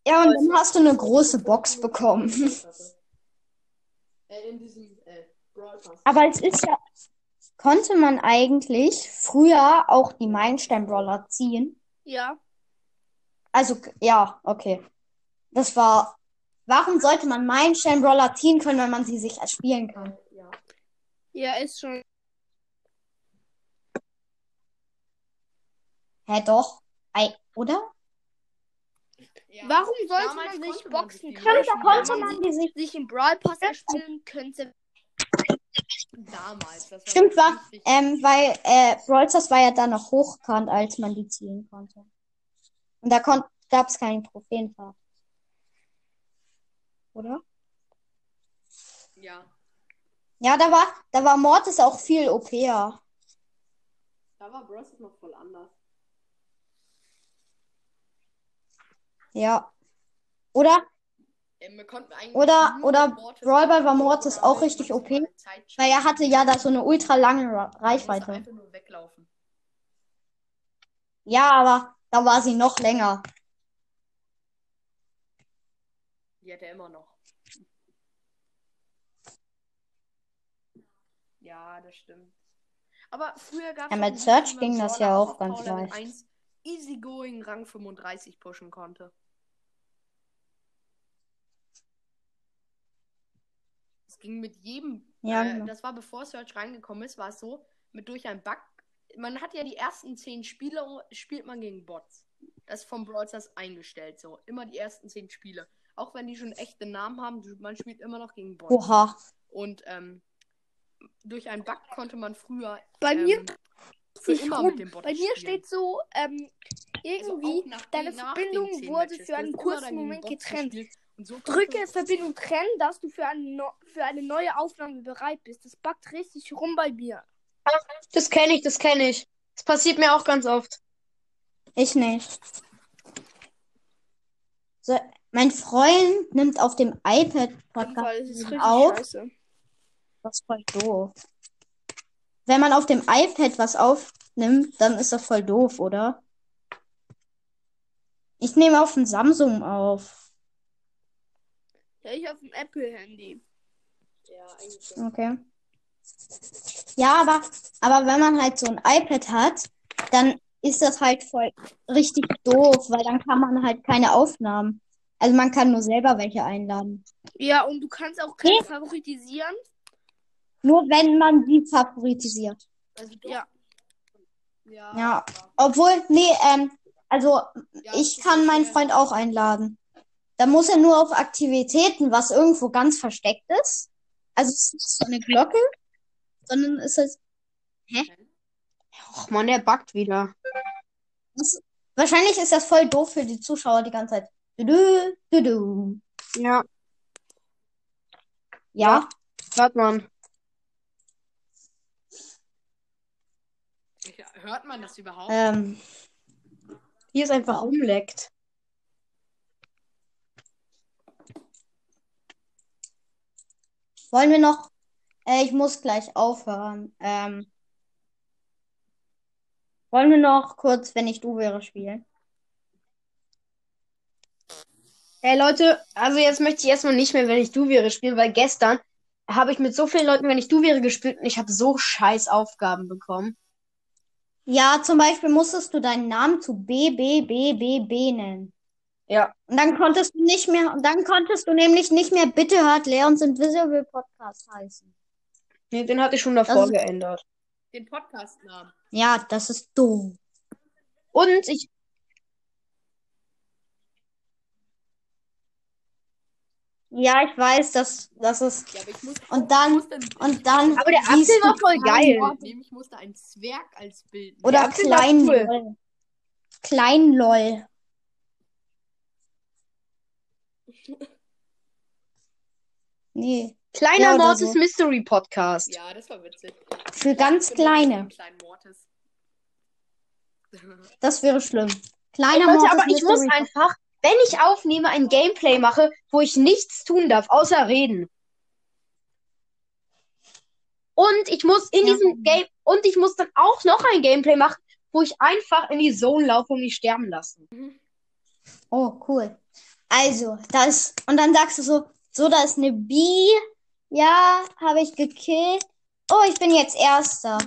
[SPEAKER 2] ja, und dann hast du eine große Box bekommen.
[SPEAKER 4] Äh, in diesem äh, Brawl Pass.
[SPEAKER 2] Aber es ist ja, konnte man eigentlich früher auch die Meilenstein-Brawler ziehen?
[SPEAKER 5] Ja.
[SPEAKER 2] Also, ja, okay. Das war. Warum sollte man Meilenstein Brawler ziehen können, wenn man sie sich erspielen kann?
[SPEAKER 4] Ja.
[SPEAKER 5] Ja, ist schon.
[SPEAKER 2] Hä, doch. Ei, oder?
[SPEAKER 5] Warum sollte
[SPEAKER 4] Damals
[SPEAKER 5] man sich
[SPEAKER 4] konnte man
[SPEAKER 5] Boxen
[SPEAKER 4] sich die
[SPEAKER 5] kaufen?
[SPEAKER 4] Meilenstein-
[SPEAKER 5] wenn
[SPEAKER 4] konnte
[SPEAKER 5] man
[SPEAKER 2] die sich.
[SPEAKER 5] sich im Brawl Pass erspielen könnte?
[SPEAKER 4] Damals. Das
[SPEAKER 2] Stimmt, war.
[SPEAKER 4] richtig-
[SPEAKER 2] Ähm, weil äh, Brawl Stars war ja da noch hochkant, als man die ziehen konnte. Und da kon gab es keinen Trophäenfahrt. Oder?
[SPEAKER 4] Ja.
[SPEAKER 2] Ja, da war, da war Mortis auch viel OPer.
[SPEAKER 4] Da war Brawl Stars noch voll anders.
[SPEAKER 2] Ja. Oder?
[SPEAKER 4] Ähm, wir konnten eigentlich
[SPEAKER 2] Oder-
[SPEAKER 4] nur
[SPEAKER 2] oder
[SPEAKER 4] Mortis-
[SPEAKER 2] Brawl Ball war Mortis
[SPEAKER 4] Oder
[SPEAKER 2] auch
[SPEAKER 4] wenn
[SPEAKER 2] richtig
[SPEAKER 4] man
[SPEAKER 2] OP,
[SPEAKER 4] mal Zeit
[SPEAKER 2] Weil er hatte ja da so eine ultra lange Ra
[SPEAKER 4] musste
[SPEAKER 2] Reichweite.
[SPEAKER 4] einfach nur weglaufen.
[SPEAKER 2] Ja, aber da war sie noch länger.
[SPEAKER 4] Die hat er immer noch. Ja, das stimmt. Aber früher gab
[SPEAKER 2] Ja,
[SPEAKER 4] es.
[SPEAKER 2] mit Search ging das ja auch ganz leicht.
[SPEAKER 4] Easy going Rang 35 pushen konnte. Es ging mit jedem.
[SPEAKER 2] Ja,
[SPEAKER 4] äh,
[SPEAKER 2] genau.
[SPEAKER 4] Das war bevor Search reingekommen ist, war es so, mit durch einen Bug. Man hat ja die ersten 10 Spiele, spielt man gegen Bots. Das ist vom Brawl Stars eingestellt, so. Immer die ersten 10 Spiele. Auch wenn die schon echte Namen haben, du- man spielt immer noch gegen Bots.
[SPEAKER 2] Oha.
[SPEAKER 4] Und ähm, durch einen Bug konnte man früher.
[SPEAKER 5] Bei
[SPEAKER 4] ähm,
[SPEAKER 5] mir
[SPEAKER 4] für
[SPEAKER 5] ich
[SPEAKER 4] immer
[SPEAKER 5] rum.
[SPEAKER 4] mit dem Bot
[SPEAKER 5] Bei mir
[SPEAKER 4] spielen.
[SPEAKER 5] steht so, ähm,
[SPEAKER 4] Also auch
[SPEAKER 5] irgendwie,
[SPEAKER 4] nach den-
[SPEAKER 5] deine
[SPEAKER 4] nach den
[SPEAKER 5] Verbindung
[SPEAKER 4] zehn
[SPEAKER 5] wurde
[SPEAKER 4] Matches.
[SPEAKER 5] für einen
[SPEAKER 4] Du hast immer
[SPEAKER 5] kurzen
[SPEAKER 4] dann gegen
[SPEAKER 5] Moment
[SPEAKER 4] Bots
[SPEAKER 5] getrennt.
[SPEAKER 4] gespielt. Und so
[SPEAKER 5] drücke
[SPEAKER 4] konntest-
[SPEAKER 5] Verbindung trennen, dass du für, ein no für eine neue Aufnahme bereit bist. Das backt richtig rum bei mir.
[SPEAKER 1] Das kenne ich, das kenne ich. Das passiert mir auch ganz oft.
[SPEAKER 2] Ich nicht. So, mein Freund nimmt auf dem iPad
[SPEAKER 5] Weil
[SPEAKER 2] Podcast
[SPEAKER 5] es ist richtig
[SPEAKER 2] auf.
[SPEAKER 5] scheiße.
[SPEAKER 2] Das ist voll doof. Wenn man auf dem iPad was aufnimmt, dann ist das voll doof, oder? Ich nehme auf dem Samsung auf.
[SPEAKER 5] Ja, ich auf dem Apple-Handy.
[SPEAKER 4] Ja, eigentlich schon.
[SPEAKER 2] Okay. Ja, aber, aber wenn man halt so ein iPad hat, dann ist das halt voll richtig doof, weil dann kann man halt keine Aufnahmen. Also man kann nur selber welche einladen.
[SPEAKER 5] Ja, und du kannst auch keine favoritisieren.
[SPEAKER 2] Nur wenn man die favoritisiert.
[SPEAKER 4] Also doch.
[SPEAKER 5] Ja.
[SPEAKER 4] Ja.
[SPEAKER 2] Ja. Obwohl, nee, ähm, also
[SPEAKER 4] Ja,
[SPEAKER 2] ich
[SPEAKER 4] das
[SPEAKER 2] kann
[SPEAKER 4] ist
[SPEAKER 2] meinen
[SPEAKER 4] schwer.
[SPEAKER 2] Freund auch einladen. Da muss er nur auf Aktivitäten, was irgendwo ganz versteckt ist. Also es ist nicht so eine Glocke, sondern es ist
[SPEAKER 1] Och Mann, der backt wieder.
[SPEAKER 2] das, wahrscheinlich ist das voll doof für die Zuschauer die ganze Zeit. Du, du, du.
[SPEAKER 1] Ja,
[SPEAKER 2] Ja,
[SPEAKER 1] warte mal.
[SPEAKER 4] Hört man das überhaupt?
[SPEAKER 2] ähm,
[SPEAKER 1] Hier ist einfach rumleckt.
[SPEAKER 2] wollen wir noch? Äh, ich muss gleich aufhören. Ähm, wollen wir noch kurz, wenn ich du wäre, spielen?
[SPEAKER 1] Hey Leute, also jetzt möchte ich erstmal nicht mehr, wenn ich du wäre, spielen, weil gestern habe ich mit so vielen Leuten, wenn ich du wäre, gespielt und ich habe so scheiß Aufgaben bekommen.
[SPEAKER 2] Ja, zum Beispiel musstest du deinen Namen zu BBBBB nennen.
[SPEAKER 1] Ja.
[SPEAKER 2] Und dann konntest du nicht mehr, und dann konntest du nämlich nicht mehr Bitte hört Leons Invisible Podcast heißen.
[SPEAKER 1] Nee, den hatte ich schon davor
[SPEAKER 2] Das ist-
[SPEAKER 1] geändert.
[SPEAKER 4] Den Podcast-Namen.
[SPEAKER 2] Ja, das ist dumm.
[SPEAKER 1] Und ich.
[SPEAKER 2] Ja, ich weiß, dass das ist.
[SPEAKER 4] Ja, aber ich muss.
[SPEAKER 2] Und dann,
[SPEAKER 4] ich muss
[SPEAKER 2] und dann
[SPEAKER 1] Aber der Apfel
[SPEAKER 2] siehst
[SPEAKER 1] war
[SPEAKER 2] du
[SPEAKER 1] voll geil.
[SPEAKER 4] Nehmen, ich musste einen Zwerg als Bild nehmen.
[SPEAKER 2] oder
[SPEAKER 1] der Apfel war
[SPEAKER 2] klein
[SPEAKER 1] cool.
[SPEAKER 2] LOL. Klein LOL. Nee, Ja,
[SPEAKER 1] Kleiner
[SPEAKER 2] oder
[SPEAKER 1] Mortis
[SPEAKER 2] so.
[SPEAKER 1] Mystery Podcast.
[SPEAKER 4] Ja, das war witzig.
[SPEAKER 2] für ganz kleine.
[SPEAKER 4] Kleinen Mortis.
[SPEAKER 2] Das wäre schlimm.
[SPEAKER 1] Ey,
[SPEAKER 2] Kleiner
[SPEAKER 1] Leute,
[SPEAKER 2] Mortis
[SPEAKER 1] aber ich muss
[SPEAKER 2] Mystery
[SPEAKER 1] einfach, wenn ich aufnehme, ein Gameplay mache, wo ich nichts tun darf, außer reden. Und ich muss in
[SPEAKER 2] Ja.
[SPEAKER 1] diesem Game und ich muss dann auch noch ein Gameplay machen, wo ich einfach in die Zone laufe und mich sterben lasse.
[SPEAKER 2] Oh, cool. Also, das, und dann sagst du so, so, da ist eine Bee. Ja, habe ich gekillt. Oh, ich bin jetzt Erster.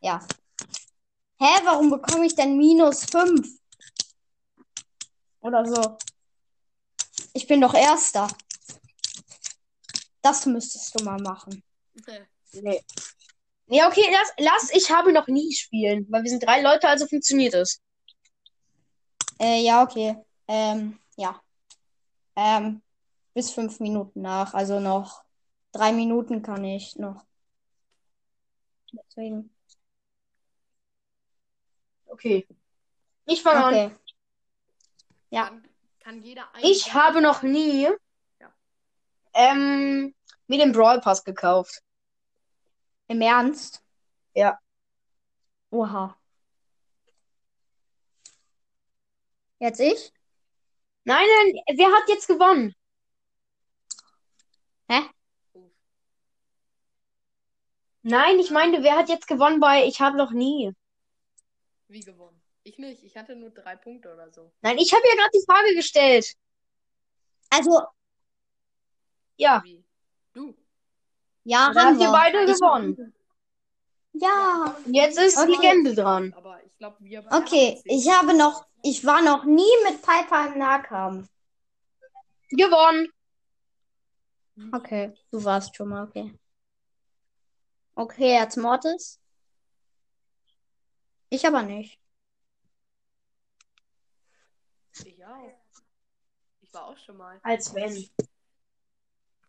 [SPEAKER 2] Ja. Hä, warum bekomme ich denn minus fünf? Oder so. Ich bin doch Erster. Das müsstest du mal machen.
[SPEAKER 1] Nee. Nee, okay, lass, lass ich habe noch nie spielen, weil wir sind drei Leute, also funktioniert es.
[SPEAKER 2] Äh, ja, okay. Ähm, ja. Ähm, bis fünf Minuten nach. Also noch drei Minuten kann ich noch. Deswegen.
[SPEAKER 1] Okay. Ich fange an.
[SPEAKER 2] Okay. Ja.
[SPEAKER 4] Kann, kann jeder einen
[SPEAKER 1] Ich habe noch nie
[SPEAKER 4] Ja.
[SPEAKER 1] ähm, mir den Brawl Pass gekauft.
[SPEAKER 2] Im Ernst?
[SPEAKER 1] Ja.
[SPEAKER 2] Oha. Jetzt ich?
[SPEAKER 1] Nein, nein, wer hat jetzt gewonnen? Nein, ich meinte, wer hat jetzt gewonnen bei Ich habe noch nie?
[SPEAKER 4] Wie gewonnen? Ich nicht. Ich hatte nur drei Punkte oder so.
[SPEAKER 1] Nein, ich habe ja gerade die Frage gestellt.
[SPEAKER 2] Also, Ah.
[SPEAKER 1] Ja,
[SPEAKER 4] Wie? Du.
[SPEAKER 1] dann
[SPEAKER 2] ja,
[SPEAKER 1] habt
[SPEAKER 2] haben
[SPEAKER 1] ihr
[SPEAKER 2] wir.
[SPEAKER 1] Also beide
[SPEAKER 2] Ich-
[SPEAKER 1] gewonnen.
[SPEAKER 2] Ja.
[SPEAKER 1] Jetzt ist
[SPEAKER 2] Okay.
[SPEAKER 1] Legende dran.
[SPEAKER 4] Aber ich glaube, wir beide
[SPEAKER 2] Okay,
[SPEAKER 4] haben zehn.
[SPEAKER 2] ich habe noch, ich war noch nie mit Piper im Nahkampf.
[SPEAKER 1] Gewonnen.
[SPEAKER 2] Okay, du warst schon mal, okay. Okay, jetzt Mortis. Ich aber nicht.
[SPEAKER 4] Ich auch. Ich war auch schon mal.
[SPEAKER 1] Als
[SPEAKER 2] Also,
[SPEAKER 1] wenn.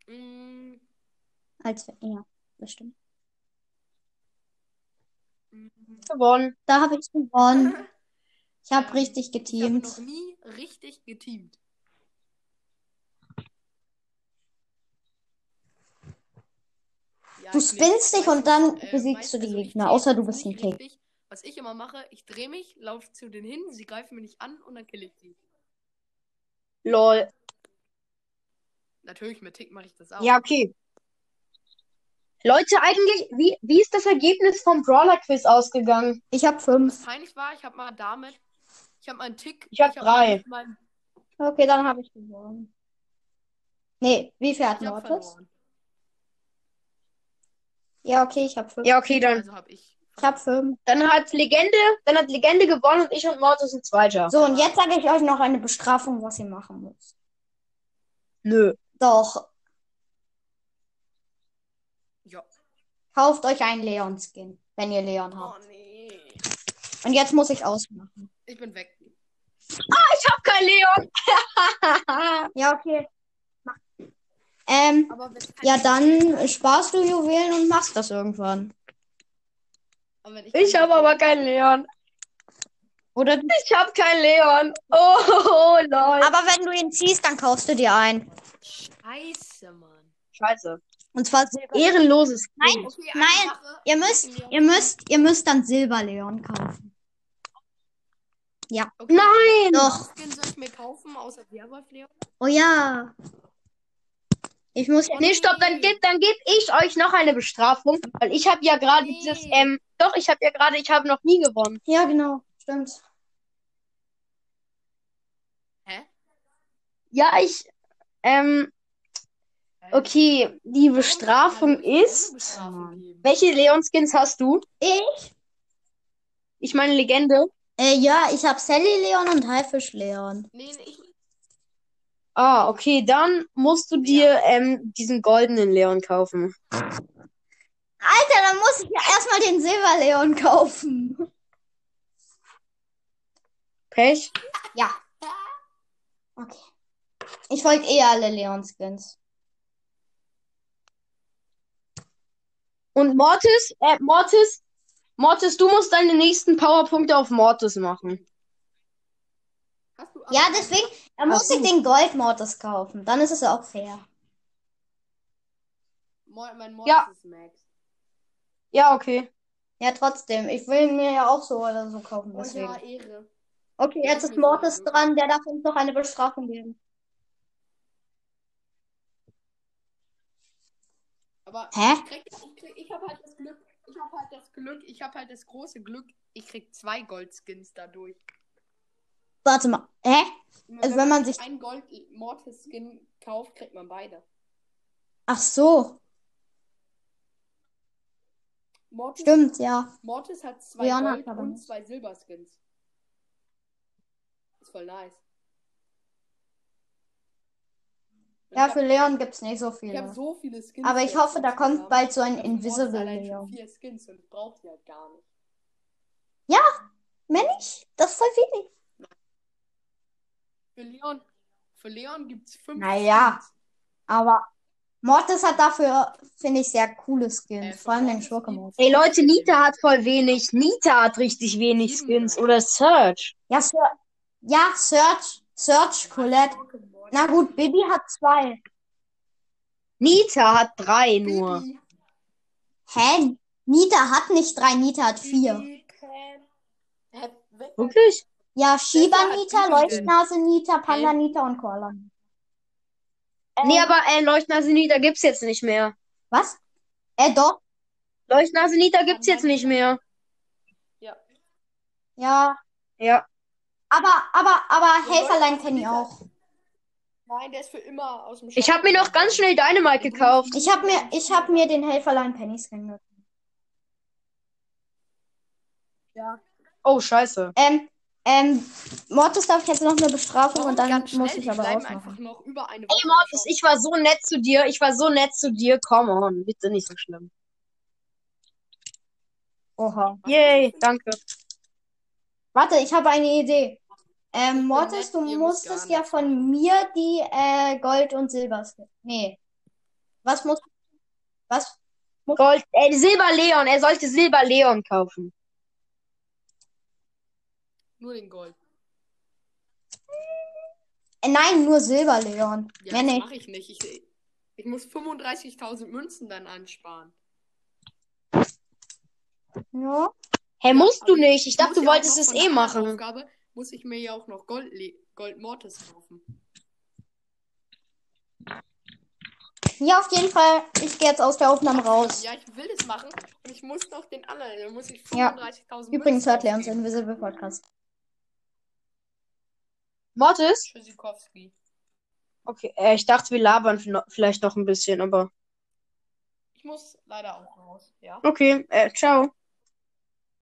[SPEAKER 4] Mm,
[SPEAKER 2] Als, ja, das stimmt.
[SPEAKER 4] mm.
[SPEAKER 1] Gewonnen.
[SPEAKER 2] Da habe ich gewonnen. Ich habe
[SPEAKER 4] Ähm,
[SPEAKER 2] richtig
[SPEAKER 4] Ich habe noch
[SPEAKER 2] geteamt.
[SPEAKER 4] nie richtig geteamt. Ja,
[SPEAKER 2] Du
[SPEAKER 4] ich
[SPEAKER 2] spinnst dich und dann besiegst du die
[SPEAKER 4] also ich
[SPEAKER 2] Gegner,
[SPEAKER 4] dreh-
[SPEAKER 2] außer du bist
[SPEAKER 4] nicht
[SPEAKER 2] ein King.
[SPEAKER 4] richtig. Was ich immer mache, ich drehe mich, laufe zu denen hin, sie greifen mich nicht an und dann kill ich die.
[SPEAKER 1] Lol.
[SPEAKER 4] Natürlich, mit Tick mache ich das auch.
[SPEAKER 1] Ja, okay. Leute, eigentlich, wie, wie ist das Ergebnis vom Brawler Quiz ausgegangen?
[SPEAKER 2] Ich habe fünf.
[SPEAKER 4] Was peinlich war, ich habe mal damit, ich habe mal einen Tick,
[SPEAKER 1] Ich hab drei.
[SPEAKER 4] Mal, mein-
[SPEAKER 2] Okay, dann habe ich gewonnen. Nee, wie viel hat
[SPEAKER 4] ich habe
[SPEAKER 2] Mortis?
[SPEAKER 4] verloren.
[SPEAKER 2] Ja, okay, ich habe fünf.
[SPEAKER 1] Ja, okay, dann.
[SPEAKER 4] Also habe ich
[SPEAKER 2] Ich habe fünf.
[SPEAKER 1] Dann hat Legende, dann hat Legende gewonnen und ich und Mortis sind Zweiter.
[SPEAKER 2] So, und jetzt sage ich euch noch eine Bestrafung, was ihr machen müsst.
[SPEAKER 1] Nö.
[SPEAKER 2] Doch,
[SPEAKER 4] Ja.
[SPEAKER 2] kauft euch einen Leon-Skin, wenn ihr Leon
[SPEAKER 4] Oh
[SPEAKER 2] habt.
[SPEAKER 4] nee.
[SPEAKER 2] Und jetzt muss ich ausmachen.
[SPEAKER 4] Ich bin weg.
[SPEAKER 1] Ich hab kein Leon.
[SPEAKER 2] Ja, okay. Mach. Ähm,
[SPEAKER 4] Aber wenn,
[SPEAKER 2] ja, dann sparst du Juwelen und machst das irgendwann.
[SPEAKER 4] aber wenn ich.
[SPEAKER 1] Ich hab aber keinen Leon.
[SPEAKER 2] Oder?
[SPEAKER 1] Ich hab keinen Leon. Oh, oh, oh lol.
[SPEAKER 2] Aber wenn du ihn ziehst, dann kaufst du dir einen.
[SPEAKER 4] Scheiße, Mann.
[SPEAKER 1] Scheiße.
[SPEAKER 2] Und zwar Silber.
[SPEAKER 1] Ehrenloses. Nein.
[SPEAKER 4] Okay,
[SPEAKER 2] Nein,
[SPEAKER 4] Sache.
[SPEAKER 2] Ihr müsst, ihr müsst, ihr müsst dann Silber-Leon kaufen.
[SPEAKER 4] Okay.
[SPEAKER 1] Nein.
[SPEAKER 2] Doch.
[SPEAKER 4] Skin soll ich mir kaufen, außer Werwolf Leon?
[SPEAKER 2] Oh ja. Ich muss ja.
[SPEAKER 1] Nee, stopp, dann geb, dann geb ich euch noch eine Bestrafung, weil ich habe ja gerade
[SPEAKER 4] Nee.
[SPEAKER 1] dieses, ähm, doch, ich habe ja gerade, ich habe noch nie gewonnen.
[SPEAKER 2] Ja, genau. Stimmt.
[SPEAKER 1] Ja, ich, ähm,
[SPEAKER 2] Äh,
[SPEAKER 1] okay, die Bestrafung ist, welche Leon-Skins hast du?
[SPEAKER 2] Ich?
[SPEAKER 1] Ich meine Legende.
[SPEAKER 2] Äh, ja, ich habe Sally Leon und Haifisch Leon.
[SPEAKER 4] Nee, nee, ich,
[SPEAKER 1] Ah, okay, dann musst du dir, ähm, diesen goldenen Leon kaufen.
[SPEAKER 2] Alter, dann muss ich ja erstmal den Silberleon kaufen.
[SPEAKER 1] Pech.
[SPEAKER 2] Ja. Okay. Ich wollte eh alle Leon-Skins.
[SPEAKER 1] Und Mortis, äh, Mortis, Mortis, du musst deine nächsten Powerpunkte auf Mortis machen.
[SPEAKER 4] hast du
[SPEAKER 2] Ja, deswegen, da muss
[SPEAKER 1] Ach
[SPEAKER 2] ich den Goldmortis kaufen. Dann ist es auch fair.
[SPEAKER 4] Mo- mein Mod
[SPEAKER 1] Ja.
[SPEAKER 4] ist Max.
[SPEAKER 1] Ja, okay.
[SPEAKER 2] Ja, trotzdem. Ich will ihn mir ja auch so oder so kaufen.
[SPEAKER 4] Oh ja,
[SPEAKER 2] Deswegen.
[SPEAKER 4] Ehre.
[SPEAKER 2] Okay, jetzt ist Mortis dran. Der darf uns noch eine Bestrafung geben.
[SPEAKER 4] Aber
[SPEAKER 2] Hä?
[SPEAKER 4] ich, krieg, ich, krieg, ich habe halt das Glück. Ich habe halt das Glück. Ich habe halt das große Glück. Ich krieg zwei Goldskins dadurch.
[SPEAKER 2] Warte mal. Hä?
[SPEAKER 4] Wenn,
[SPEAKER 2] Also wenn man sich.
[SPEAKER 4] einen Gold Mortis Skin kauft, kriegt man beide.
[SPEAKER 2] Ach so.
[SPEAKER 4] Mortis,
[SPEAKER 2] Stimmt, ja.
[SPEAKER 4] Mortis hat zwei
[SPEAKER 2] Leon hat
[SPEAKER 4] Gold
[SPEAKER 2] aber
[SPEAKER 4] und
[SPEAKER 2] nicht.
[SPEAKER 4] zwei Silberskins. Ist voll nice. Und
[SPEAKER 2] Ja,
[SPEAKER 4] ich
[SPEAKER 2] für Leon gibt's nicht so
[SPEAKER 4] Ich habe
[SPEAKER 2] viele.
[SPEAKER 4] so viele Skins.
[SPEAKER 2] Aber ich
[SPEAKER 4] jetzt
[SPEAKER 2] hoffe, da
[SPEAKER 4] insgesamt.
[SPEAKER 2] kommt bald so ein
[SPEAKER 4] Ich hab für Mords
[SPEAKER 2] Invisible
[SPEAKER 4] allein schon
[SPEAKER 2] Leon.
[SPEAKER 4] vier Skins und ich brauche die halt gar nicht.
[SPEAKER 2] Mensch, das ist voll wenig.
[SPEAKER 4] Für Leon, für Leon gibt's fünf
[SPEAKER 2] Naja,
[SPEAKER 4] Skins.
[SPEAKER 2] Aber Mortis hat dafür, finde ich, sehr coole Skins.
[SPEAKER 4] Äh,
[SPEAKER 2] Vor allem den
[SPEAKER 4] Mortis
[SPEAKER 2] Schurke-Mortis.
[SPEAKER 1] Ey, Leute, Nita hat voll wenig. Nita hat richtig wenig Skins. Oder Search.
[SPEAKER 2] Ja, Sir ja, Search. Search, Colette. Na gut, Bibi hat zwei.
[SPEAKER 1] Nita hat drei nur.
[SPEAKER 4] Bibi,
[SPEAKER 2] Hä? Nita hat nicht drei, Nita hat vier.
[SPEAKER 4] Bibi, Pam. Hä, wer-
[SPEAKER 1] Wirklich?
[SPEAKER 2] Ja,
[SPEAKER 4] Welche
[SPEAKER 2] Shiba
[SPEAKER 4] hat
[SPEAKER 2] Nita,
[SPEAKER 4] Bibi denn?
[SPEAKER 2] Leuchtnase Nita, Panda Nita und Koala.
[SPEAKER 1] Nee, aber äh, Leuchtnase Nita gibt's jetzt nicht mehr.
[SPEAKER 2] Was? Äh, doch.
[SPEAKER 1] Leuchtnase Nita gibt's jetzt nicht mehr.
[SPEAKER 4] Ja.
[SPEAKER 2] Ja.
[SPEAKER 1] Ja.
[SPEAKER 2] Aber, aber, aber
[SPEAKER 4] Ja,
[SPEAKER 2] Helferlein
[SPEAKER 4] Leuchtnase
[SPEAKER 2] kenne ich
[SPEAKER 4] Nita.
[SPEAKER 2] auch.
[SPEAKER 4] Nein, der ist für immer aus dem
[SPEAKER 1] Ich habe mir noch ganz schnell Dynamite gekauft.
[SPEAKER 2] Ich habe mir, ich hab mir den Helferlein Penny Skin gekauft.
[SPEAKER 1] Oh, scheiße.
[SPEAKER 2] Ähm, ähm, Mortis darf ich jetzt noch eine Bestrafung und dann
[SPEAKER 4] Ganz schnell,
[SPEAKER 2] muss ich
[SPEAKER 4] die
[SPEAKER 2] aber
[SPEAKER 4] bleiben
[SPEAKER 2] ausmachen.
[SPEAKER 4] einfach noch über eine Woche.
[SPEAKER 1] Ey, Mortis, ich war so nett zu dir. Ich war so nett zu dir. Come on. Bitte nicht so schlimm.
[SPEAKER 2] Oha.
[SPEAKER 1] Yay, danke.
[SPEAKER 2] Warte, ich habe eine Idee. Ähm,
[SPEAKER 4] bin
[SPEAKER 2] Mortis,
[SPEAKER 4] nett,
[SPEAKER 2] du
[SPEAKER 4] ihr müsst
[SPEAKER 2] musstest
[SPEAKER 4] gar
[SPEAKER 2] ja von mir die äh, Gold- und Silberskins. Nee. Was muss. Was?
[SPEAKER 1] Gold, äh, Silber Leon. Er sollte Silber Leon kaufen.
[SPEAKER 4] Nur den Gold.
[SPEAKER 2] Äh, nein, nur Silber, Leon.
[SPEAKER 4] Ja,
[SPEAKER 2] Mehr
[SPEAKER 4] das
[SPEAKER 2] nicht.
[SPEAKER 4] mache ich nicht. Ich, ich muss 35.000 Münzen dann ansparen.
[SPEAKER 2] Ja.
[SPEAKER 1] Hä, hey, musst du
[SPEAKER 4] aber
[SPEAKER 1] nicht. Ich dachte,
[SPEAKER 4] Muss
[SPEAKER 1] du
[SPEAKER 4] ja auch
[SPEAKER 1] wolltest
[SPEAKER 4] noch
[SPEAKER 1] es
[SPEAKER 4] von
[SPEAKER 1] eh
[SPEAKER 4] der anderen
[SPEAKER 1] machen.
[SPEAKER 4] Aufgabe muss ich mir ja auch noch Gold, le- Gold Mortis kaufen.
[SPEAKER 2] Ja, auf jeden Fall. Ich gehe jetzt aus der Aufnahme raus.
[SPEAKER 4] Ja, ich will das machen und ich muss noch den anderen, dann muss ich
[SPEAKER 2] Ja.
[SPEAKER 4] 35.000 Münzen
[SPEAKER 2] Übrigens hört Leons
[SPEAKER 4] ausgeben.
[SPEAKER 2] Invisible Podcast.
[SPEAKER 1] Mortis?
[SPEAKER 4] Tschüssikowski.
[SPEAKER 1] Okay, äh, ich dachte, wir labern vno- vielleicht noch ein bisschen, aber
[SPEAKER 4] Ich muss leider auch raus, ja.
[SPEAKER 1] okay, äh, ciao.